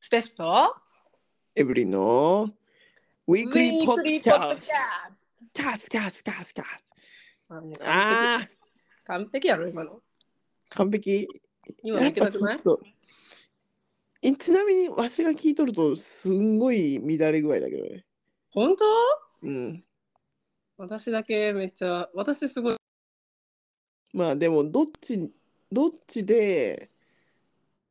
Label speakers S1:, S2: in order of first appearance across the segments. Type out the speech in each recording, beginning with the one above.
S1: スペフト
S2: エブリンのウィークリーポッドキャスト
S1: スト
S2: キャスキャスキャスキャス
S1: あ
S2: あ
S1: ー完璧やろ今の
S2: ー完璧
S1: 今見てなくない
S2: やっぱちょっとえちなみにわしが聞いとるとすんごい乱れ具合だけどね
S1: 本当
S2: うん
S1: 私だけめっちゃ私すごい
S2: まあでもどっちどっちで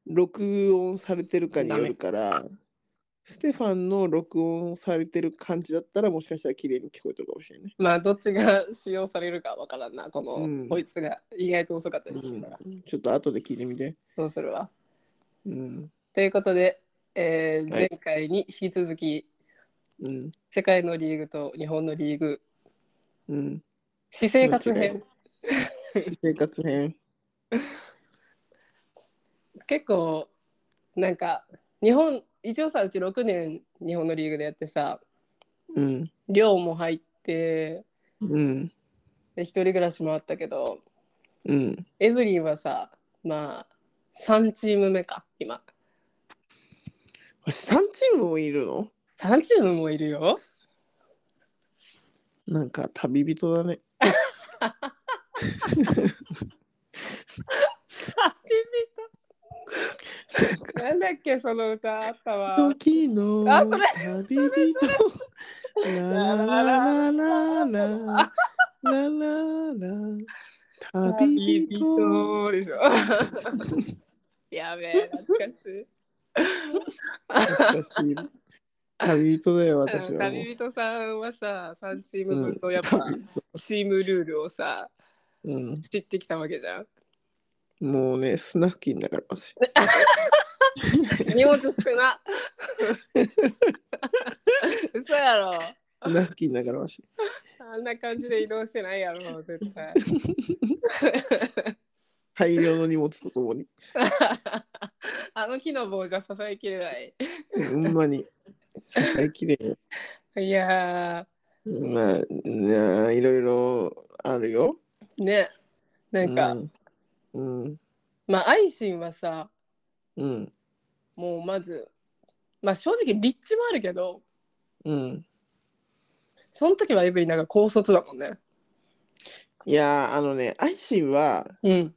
S2: 録音されてるかによるからステファンの録音されてる感じだったらもしかしたら綺麗に聞こえてるかもしれないね
S1: まあどっちが使用されるかわからんなこの、
S2: うん
S1: こいつが意外と遅かったりするから、
S2: うんちょっと後で聞いてみて。
S1: どうするわ
S2: うん。
S1: ということで、えー
S2: はい
S1: 前回に引き続き
S2: うん。
S1: 世界のリーグと日本のリーグ
S2: うん。
S1: 私生活編
S2: 生活編。
S1: 結構なんか日本一応さうち6年日本のリーグでやってさ
S2: うん。
S1: 寮も入って
S2: うん。
S1: で一人暮らしもあったけど
S2: うん。
S1: エブリンはさまあ3チーム目か今
S2: 3チームもいるの
S1: 3チームもいるよ
S2: なんか旅人だね。
S1: なんだっけその歌あったわ
S2: 時の
S1: あそれ
S2: 旅人。ラララララララララ旅人。
S1: でしょやべえ懐かしい
S2: 懐かしい旅人だよ、私
S1: うん
S2: はもう。
S1: 旅人さんはさ3チーム
S2: う
S1: 分
S2: ん
S1: のやっぱ、チームルールをさ
S2: うん、
S1: 知ってきたわけじゃん
S2: もうね、スナフキンだから私。
S1: 荷物少 な嘘やろ
S2: スナフキンだから私。
S1: あんな感じで移動してないやろ絶対
S2: 大量の荷物とともに。
S1: あの木の棒じゃ支えきれな
S2: ほんまに。最綺麗。
S1: いいや
S2: まあ、なあいろいろあるよ。
S1: ーねなんか、
S2: うん。うん。
S1: まあアイシンはさ
S2: うん。
S1: もうまずまあ正直立地もあるけど
S2: うん。
S1: その時はエブリンなんか高卒だもんね
S2: いやー、あのね、アイシンは、
S1: うん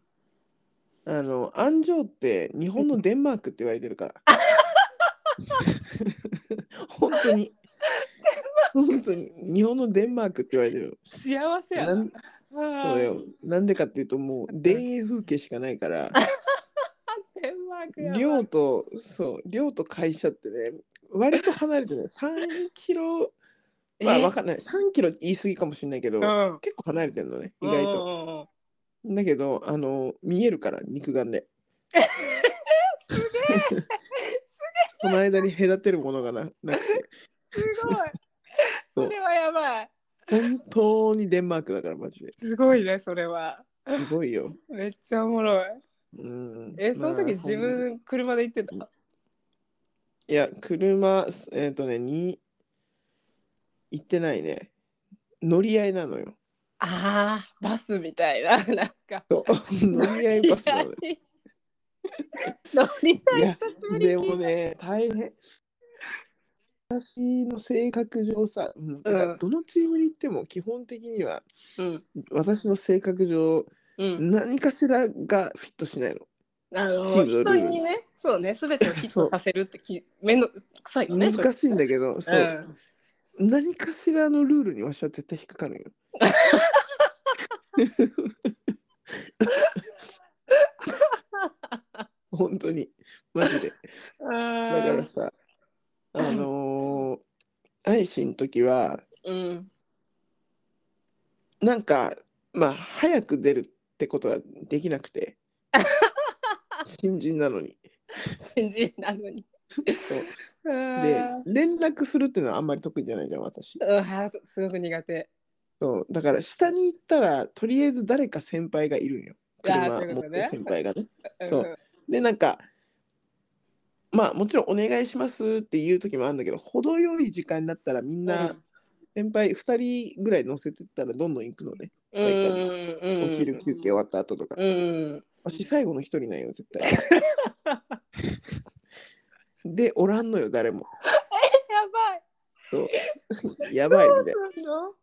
S2: あの、安城って日本のデンマークって言われてるから。本当に。本当に日本のデンマークって言われてる
S1: 幸せや
S2: な
S1: なん
S2: そうだよなんでかっていうともう田園風景しかないから
S1: デンマークやばい
S2: 寮とそう寮と会社ってね割と離れてね3キロまあ
S1: え
S2: わかんない3キロ言い過ぎかもしれないけど
S1: うん
S2: 結構離れてるのね意外と
S1: と。
S2: だけどあの見えるから肉眼でその間に隔てるものがななく て
S1: すごい。
S2: そう
S1: それはやばい。
S2: 本当にデンマークだからマジです
S1: ごいね、それは。
S2: すごいよ
S1: めっちゃおもろい。
S2: うん
S1: え、その
S2: まあ
S1: 時自分車で行ってた。
S2: いや車えっ、とねに行ってないね乗り合いなのよ
S1: ああ、バスみたいな、 なんか。
S2: そう 乗り合いバスなのよ
S1: いや乗り合い久しぶり
S2: でもね、大変。私の性格上さ、うん、だからどのチームに行っても基本的には
S1: うん。
S2: 私の性格上
S1: うん。
S2: 何かしらがフィットしないの。
S1: あ
S2: ヒ
S1: の、
S2: ール
S1: 人にね、そうね、すべてをヒットさせるってき、めんどくさいよね。
S2: 難しいんだけど、そう
S1: うん
S2: 何かしらのルールにわしは絶対引っかかる よ。本当にマジで。だか
S1: あ
S2: ら
S1: ー
S2: さ、あのー、アイシの時は
S1: うん。
S2: なんかまあ早く出るってことができなくて新人なのに
S1: 新人なのに。
S2: そう
S1: あ
S2: で
S1: ー
S2: 連絡するっていうのはあんまり得意じゃないじゃん私
S1: うんはー、すごく苦手。
S2: そうだから下に行ったらとりあえず誰か先輩がいるんよ
S1: あー
S2: 車
S1: そういうこ
S2: 持
S1: と
S2: って
S1: ね
S2: る先輩がね
S1: ん
S2: そうでなんかまあもちろんお願いしますっていう時もあるんだけど程よい時間になったらみんな先輩2人ぐらい乗せてったらどんどん行くのね、
S1: うんうんうん
S2: お昼休憩終わった後とか
S1: うん
S2: 私最後の一人なんよ絶対。でおらんのよ誰も
S1: やばい。
S2: やばいみたいな
S1: そうの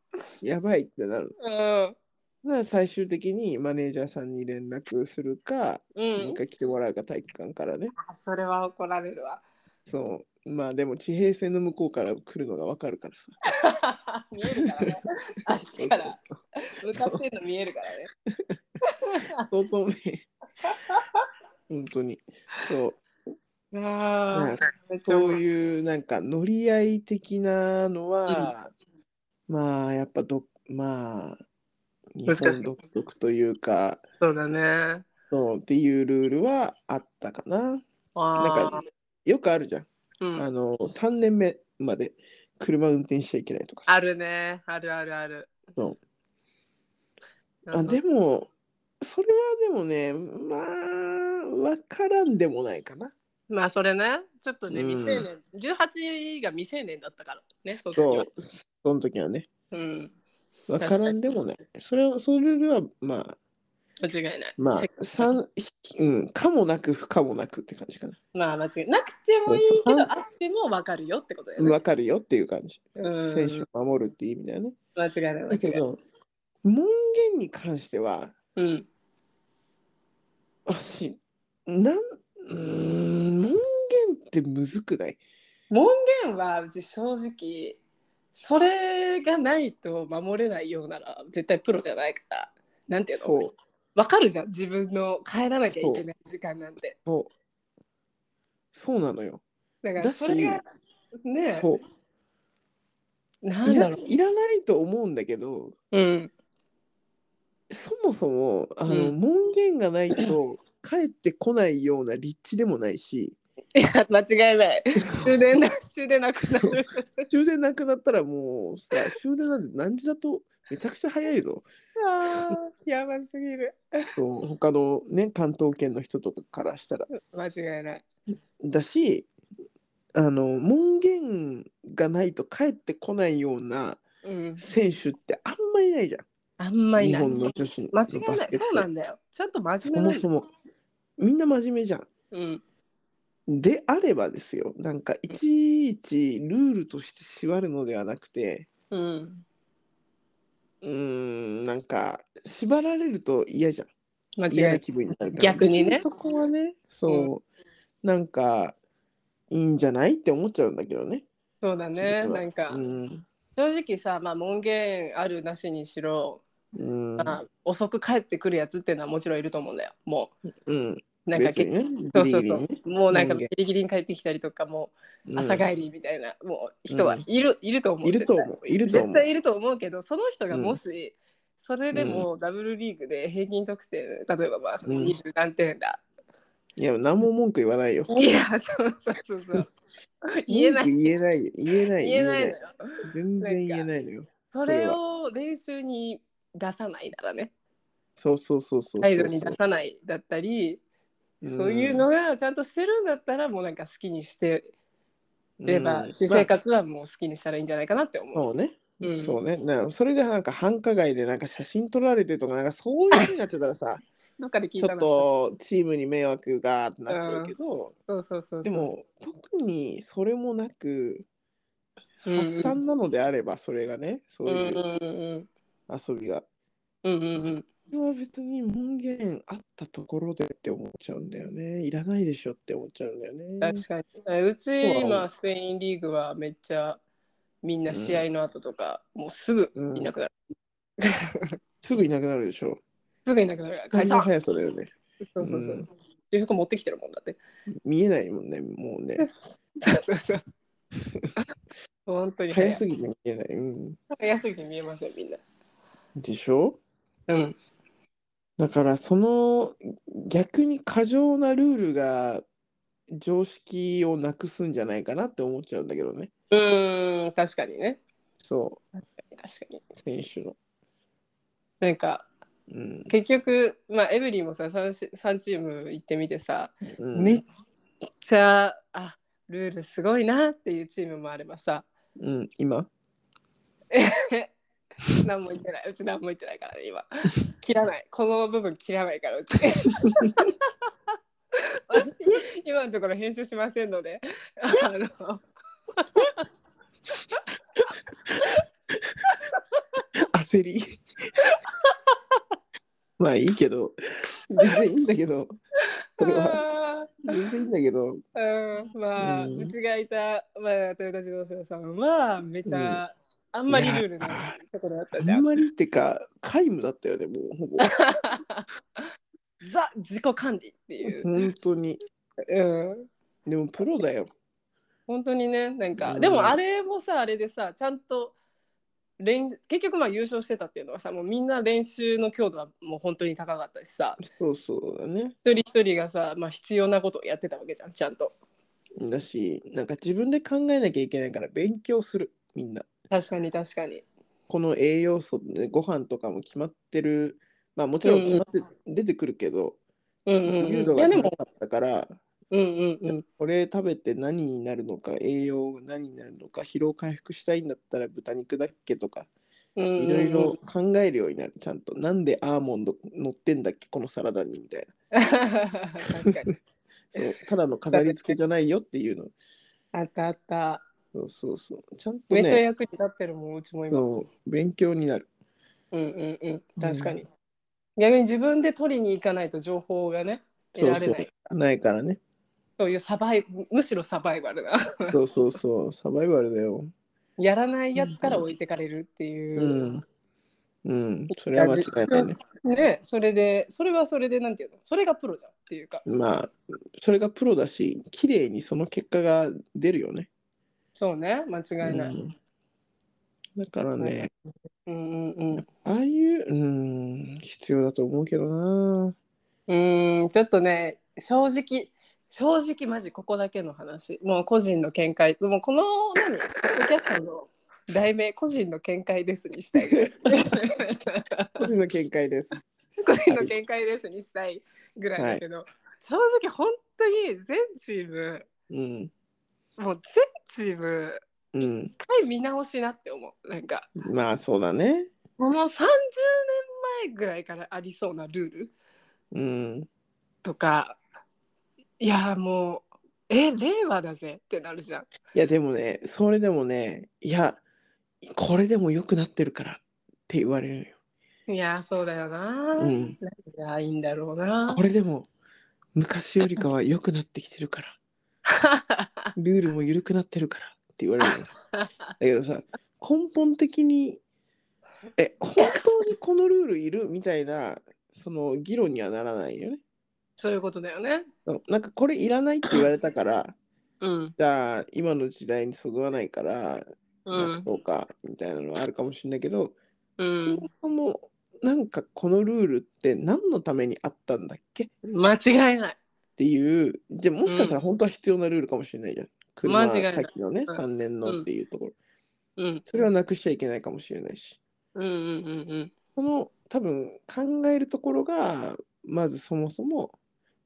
S2: やばいってなる
S1: うん。
S2: だから最終的にマネージャーさんに連絡するか、
S1: う
S2: もうん一。回来てもらうか体育館からね
S1: あそれは怒られる わ。
S2: そうまあでも地平線の向こうから来るのがわかるからさ
S1: 見えるから ね。あっちから
S2: そう
S1: 向かってんの見えるからね。
S2: そうそう相当ね本当にそう
S1: ああ、めっちゃ面
S2: そう
S1: 白い。
S2: いうなんか乗り合い的なのは、まあやっぱどまあ日
S1: 難しい
S2: 本独特というか
S1: そうだね。
S2: そうっていうルールはあったかな。なん
S1: あ
S2: かよくあるじゃん。
S1: あ、うん
S2: あの3年目まで車運転しちゃいけないとかさ
S1: あるね。あるあるある。
S2: そう
S1: あ
S2: あでもそれはでもねまあわからんでもないかな。
S1: まあそれね、ちょっとね、
S2: うん
S1: 未成年、18が未成年だったからね、その時
S2: そ
S1: は
S2: う。その時はね
S1: うん、
S2: わからんでもない。それはそれルールはまあ
S1: 間違いない。
S2: まあ
S1: せ、
S2: さんうん、かもなく不可もなくって感じかな。
S1: まあ間違いなくてもいいけ
S2: そう
S1: ど、
S2: そ
S1: あ
S2: う
S1: ってもわかるよってことだよね。
S2: わかるよっていう感じ。
S1: うん、
S2: 選手を守るっていう意味だよね。
S1: 間違いない間
S2: だけ
S1: 違いない。
S2: ど、門限に関しては、
S1: うん、
S2: 私なん、うーん、門限ってむずくない
S1: 門限はうち正直、それがないと守れないようなら絶対プロじゃないから、なんていうの
S2: そう、
S1: わかるじゃん、自分の帰らなきゃいけない時間なんて。
S2: そう。そうなのよ。
S1: だか
S2: だ
S1: ら
S2: し
S1: それが、ね、
S2: そう。
S1: なん
S2: い
S1: だ
S2: ら
S1: ろう。
S2: いらないと思うんだけど、
S1: うん、
S2: そもそも、あの、
S1: うん
S2: 門限がないと、帰ってこないような立地でもな いし、
S1: いや間違い ない。終電な終電なくなる。
S2: 終電なくなったらもうさ終電なんて何時だとめちゃくちゃ早いぞ
S1: あーやばすぎる。
S2: そう他のね関東圏の人とかからしたら
S1: 間違いない。
S2: だしあの門限がないと帰ってこないような
S1: うん。
S2: 選手ってあんまりないじゃん
S1: あんまり
S2: 日
S1: ない。
S2: 本
S1: 間違
S2: の女子の
S1: いない。そうなんだよ。ちゃんと真
S2: そ
S1: 面目
S2: も
S1: なんだ
S2: そ
S1: よ。
S2: もみんな真面目じゃん
S1: うん。
S2: であればですよなんかいちいちルールとして縛るのではなくて
S1: うん。
S2: うーんなんか縛られると嫌じゃん
S1: 間違い
S2: 嫌
S1: な。
S2: ない気分になるから
S1: 逆にね
S2: 別そこはねそう、なんかいいんじゃないって思っちゃうんだけどね
S1: そうだね。
S2: 自分は
S1: なんか、
S2: うん、
S1: 正直さ、まあ門限あるなしにしろ、
S2: うん
S1: まあ遅く帰ってくるやつっていうのはもちろんいると思うんだよ。も
S2: うん、
S1: うなんか
S2: 別
S1: 結
S2: にね
S1: そうそう
S2: ギリ
S1: そ
S2: ギ
S1: う。もうなんか
S2: 門
S1: ギ
S2: 限
S1: リギリに帰ってきたりとか、も
S2: リね
S1: う朝帰りみたいな、もう人はいる、いると
S2: う
S1: 思
S2: ん
S1: う。
S2: いると
S1: 絶対
S2: 思ういると
S1: 絶
S2: 思う
S1: 対いると思うけどその人がもし、それでもダブルリーグで平均得点例えばまあその
S2: うん
S1: 20何点だ、
S2: いや何も文句言わないよ
S1: いやそうそうそう そう言えない
S2: 文句言えないよ言えない
S1: 言えないのよ
S2: 全然言えないのよ
S1: それ
S2: は
S1: を練習に出さないならね
S2: そうそうそうそう
S1: 態度に出さないだったり
S2: うん
S1: そういうのがちゃんとしてるんだったらもうなんか好きにしてれば、
S2: うん
S1: 私生活はもう好きにしたらいいんじゃないかなって思
S2: まあ
S1: う。
S2: そうね、
S1: うん
S2: そうねなそれがなんか繁華街でなんか写真撮られてとかなんかそういう風になってたらさ
S1: どっかで聞い
S2: ち
S1: た
S2: ょっ
S1: な
S2: とチームに迷惑がってなっちゃうけど、
S1: そうそうそうそう
S2: でも特にそれもなく
S1: うんうん
S2: 発散なのであればそれがね、
S1: うん
S2: そううんいう
S1: うん
S2: 遊びが。
S1: うんうんうん
S2: それは別に門限あったところでって思っちゃうんだよね。いらないでしょって思っちゃうんだよね。
S1: 確かにえうち
S2: そう
S1: 今スペインリーグはめっちゃみんな試合の後とか、もうすぐいなくなる、
S2: すぐいなくなるでしょ。
S1: すぐいなくなるから解
S2: 感じの
S1: 散
S2: 速さだよね。
S1: そうそうそううん制服持ってきてるもんだって
S2: 見えないもんね、もうね。
S1: そうそうそ う本当に早
S2: 早
S1: い
S2: すぎて見えない。うん、
S1: 早すぎて見えませんみんな
S2: でしょ
S1: うん
S2: だからその逆に過剰なルールが常識をなくすんじゃないかなって思っちゃうんだけどね。
S1: うーん確かにね
S2: そ
S1: 確かに
S2: う、選手の。
S1: なんか
S2: うん
S1: 結局まあエブリィもさ 3, 三チーム行ってみてさ、
S2: うん
S1: めっちゃあルールすごいなっていうチームもあればさ
S2: うん、今
S1: え何も言ってないうち何も 言ってないから、ね、今切らないこの部分切らないからうち 私今のところ編集しませんのであの
S2: 焦り まあいいけど全然いいんだけどそれは
S1: あ
S2: 全然いいんだけど
S1: ーうんまあ、
S2: う
S1: うんちがいた、まあ、トヨタ自動車さんはめちゃ、あんまりルール
S2: いや
S1: ないところだったじ
S2: あ
S1: ゃ
S2: ん
S1: ん。
S2: まりってか皆無だったよねもうほぼ
S1: ザ自己管理っていう、
S2: 本当に
S1: うん、
S2: でもプロだよ
S1: 本当にねなんか、
S2: うん
S1: でもあれもさあれでさちゃんと練習結局まあ優勝してたっていうのはさもうみんな練習の強度はもう本当に高かったしさ
S2: そうそうだね
S1: 一人一人がさ、まあ、必要なことをやってたわけじゃんちゃんと
S2: だしなんか自分で考えなきゃいけないから勉強するみんな
S1: 確かに確かに
S2: この栄養素でご飯とかも決まってるまあもちろん決まって出てくるけど、
S1: うん
S2: 自
S1: うん
S2: 由
S1: う
S2: 度
S1: んいや
S2: が
S1: で
S2: 高
S1: も
S2: かったから
S1: うんうんうん
S2: これ食べて何になるのか栄養が何になるのか疲労回復したいんだったら豚肉だっけとか
S1: うんうんうん
S2: いろいろ考えるようになるちゃんとなんでアーモンド乗ってんだっけこのサラダにみたいな
S1: 確かに
S2: そうただの飾り付けじゃないよっていうの
S1: あったあった
S2: そうそうそうちゃんと
S1: めっちゃ
S2: ね
S1: 役に立ってるもんうちも今
S2: そう勉強になる
S1: うんうんうん確かに、逆に自分で取りに行かないと情報がね得
S2: そう
S1: られ
S2: そ
S1: ないう
S2: ないか らね
S1: そういうサバイむしろサバイバルな
S2: そうそうそうサバイバルだよ
S1: やらないやつから置いてかれるっていうう、
S2: んうんそれは間違いないね
S1: ねそれでそれはそれでなんていうのそれがプロじゃんっていうか
S2: まあそれがプロだし綺麗にその結果が出るよね
S1: そうね間違いない、
S2: うんだからね、
S1: うんうんうん
S2: ああいう、うん、必要だと思うけどな。
S1: うーんちょっとね正直正直マジここだけの話もう個人の見解もうこの何ポッドキャストの題名「個人の見解です」にしたい
S2: 個人の見解です。
S1: 個人の見解ですにしたいぐらいだけど、正直本当に全チーム
S2: うん、
S1: もう全チーム
S2: うん、
S1: 一回見直しなって思うなんか
S2: まあそうだね。
S1: もう30年前ぐらいからありそうなルール
S2: うん、
S1: とかいやもうえ令和だぜってなるじゃん
S2: いやでもね、それでもね、いや、これでも良くなってるからって言われるよ。
S1: いやそうだよな、
S2: う
S1: い
S2: ん、
S1: やいいんだろうな
S2: これでも昔よりかは良くなってきてるから、ルールも緩くなってるからって言われ るよ。だけどさ、根本的に、え、本当にこのルールいるみたいな、その議論にはならないよね。
S1: そういうことだよね
S2: そうなんかこれいらないって言われたから、
S1: うん
S2: じゃあ今の時代にそぐわないから、
S1: う
S2: なん
S1: ん
S2: かそうかみたいなのはあるかもしれないけど、
S1: うん
S2: そもそもなんかこのルールって何のためにあったんだっけっ
S1: 間違いない
S2: ていう、じゃあもしかしたら本当は必要なルールかもしれないじゃん。車
S1: 間違いない
S2: さっきのね、
S1: うん
S2: 3年のっていうところ。
S1: うん
S2: それはなくしちゃいけないかもしれないし。
S1: うんうんうんうん
S2: その多分考えるところがまずそもそも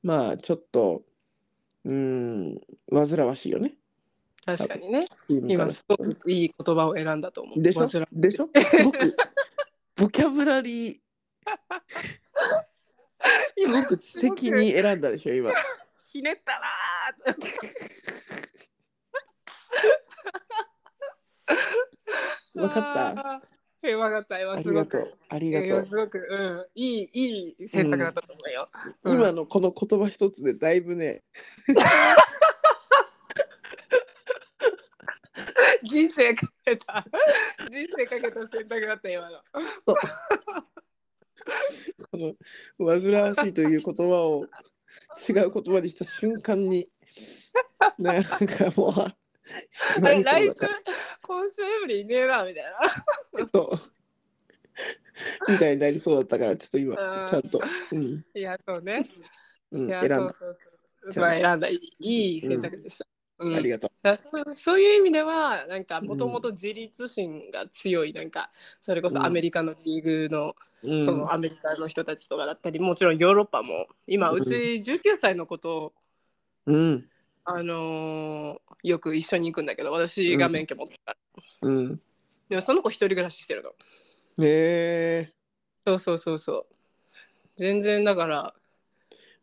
S2: まあちょっとうーん煩わしいよね。
S1: 確かにね
S2: チームか
S1: 今
S2: ら
S1: すごくいい言葉を選んだと思う
S2: でしょ
S1: 煩わ
S2: でしょすごくボキャブラリーすごく知的に選んだでしょ今。
S1: ひねったなー
S2: 分かった
S1: あーえ分かった
S2: あ
S1: 今
S2: り
S1: すご
S2: がと
S1: く
S2: う。ありが
S1: い
S2: と
S1: や
S2: う
S1: す。ごく、うん、いいいい選択だったと思うよ、うん
S2: 今のこの言葉一つでだいぶね
S1: 人生かけた人生かけた選択だった今の
S2: この煩わしいという言葉を違う言葉にした瞬間になんかもう
S1: あれ
S2: 何そ
S1: 来
S2: れ
S1: 週今週エブリンいねえなみたい
S2: そう。みたいになりそうだったから、ちょっと今、
S1: うん
S2: ちゃんと、うん、
S1: ないやそうね
S2: うん、
S1: いや
S2: 選んだ。
S1: そうそう
S2: ち
S1: そうまあ
S2: ゃんと
S1: 選んだいいいい選択でした、うん
S2: ありがと
S1: だからそうそういう意味ではなんかもともと自立心が強いなんかそれこそアメリカのリーグの、
S2: う。うん、
S1: そのアメリカの人たちとかだったりもちろんヨーロッパも今
S2: うん
S1: うち19歳の子と、
S2: うん、
S1: あのーよく一緒に行くんだけど私が免許持ってるから、
S2: うん。
S1: でもその子一人暮らししてるの
S2: ねえ
S1: そうそうそうそう全然だから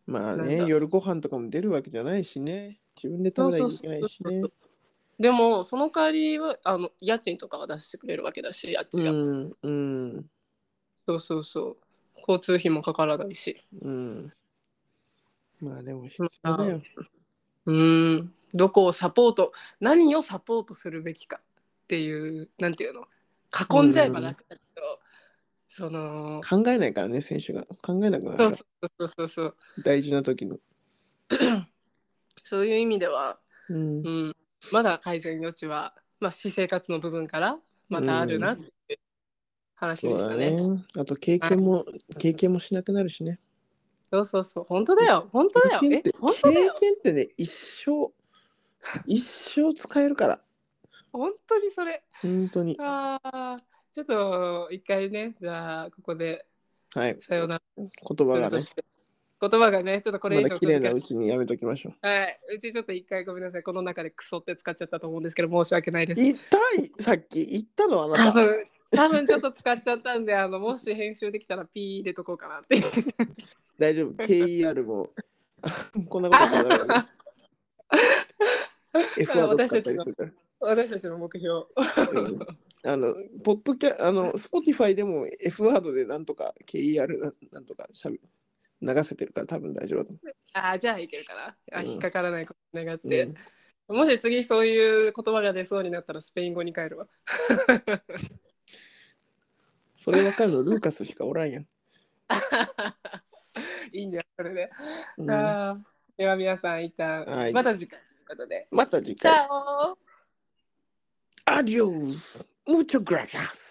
S2: まあ
S1: なん
S2: ね、
S1: だ
S2: 夜ご飯とかも出るわけじゃないしね。自分で食べなきゃいけないしね。
S1: でもその代わりはあの家賃とかは出してくれるわけだしあっ
S2: う
S1: ちが、
S2: ん、うん、
S1: そうそうそう交通費もかからないし
S2: うん。まあでも必要だよ。
S1: うーんどこをサポート何をサポートするべきかっていうなんていうの囲んじゃえば楽だけど、その
S2: 考えないからね、選手が。考えなくなるか
S1: そ
S2: ら
S1: うそうそうそうそう
S2: 大事な時の。
S1: そういう意味では、
S2: うん
S1: う。ん、まだ改善余地は、まあ、私生活の部分からまたあるなっていう話
S2: そ
S1: で
S2: う
S1: した
S2: だ
S1: ね。
S2: ね。あと経験も、経験もしなくなるしね。
S1: そうそうそう、本当だよ、本当だよ
S2: 経、験
S1: え
S2: って、
S1: 本当だ
S2: 経
S1: よ、
S2: 験ってね、一生、一生使えるから。
S1: 本当にそれ。
S2: 本当に。
S1: ああ、ちょっと一回ね、じゃあここで
S2: はい。
S1: さようなら
S2: 言葉が
S1: する
S2: ね
S1: と。して言葉がね、ちょっとこれ
S2: ま
S1: 以上
S2: だ綺麗なう
S1: 続け
S2: ちにやめときましょう。
S1: はい、うちちょっと一回ごめんなさい、この中でクソって使っちゃったと思うんですけど、申し訳ないです。
S2: 痛いさっき言ったのあ
S1: 多
S2: なた。
S1: 分多分ちょっと使っちゃったんで、あのもし編集できたらピー入れとこうかなっていう。
S2: 大丈夫。KER も。こんなこと言ったら F ワード使ったりするから。
S1: 私たちの目標。
S2: うん あの、ポッドキャ、あの、Spotify でも F ワードでなんとか KER ななんとかしゃべ流せてるから多分大丈夫だと思
S1: ああ、じゃあいけるかな。あ
S2: うん
S1: 引っかからないこと願っ
S2: う。
S1: て、
S2: うん
S1: もし次そういう言葉が出そうになったらスペイン語に変えるわ。
S2: それわかるのルーカスしかおらんやん。
S1: いいんだよ、それで。
S2: うん
S1: あーでは皆さん、一旦、
S2: はい
S1: また次回ということで。
S2: また次
S1: チャ
S2: 回。
S1: オ
S2: アディオス !Muchas gracias!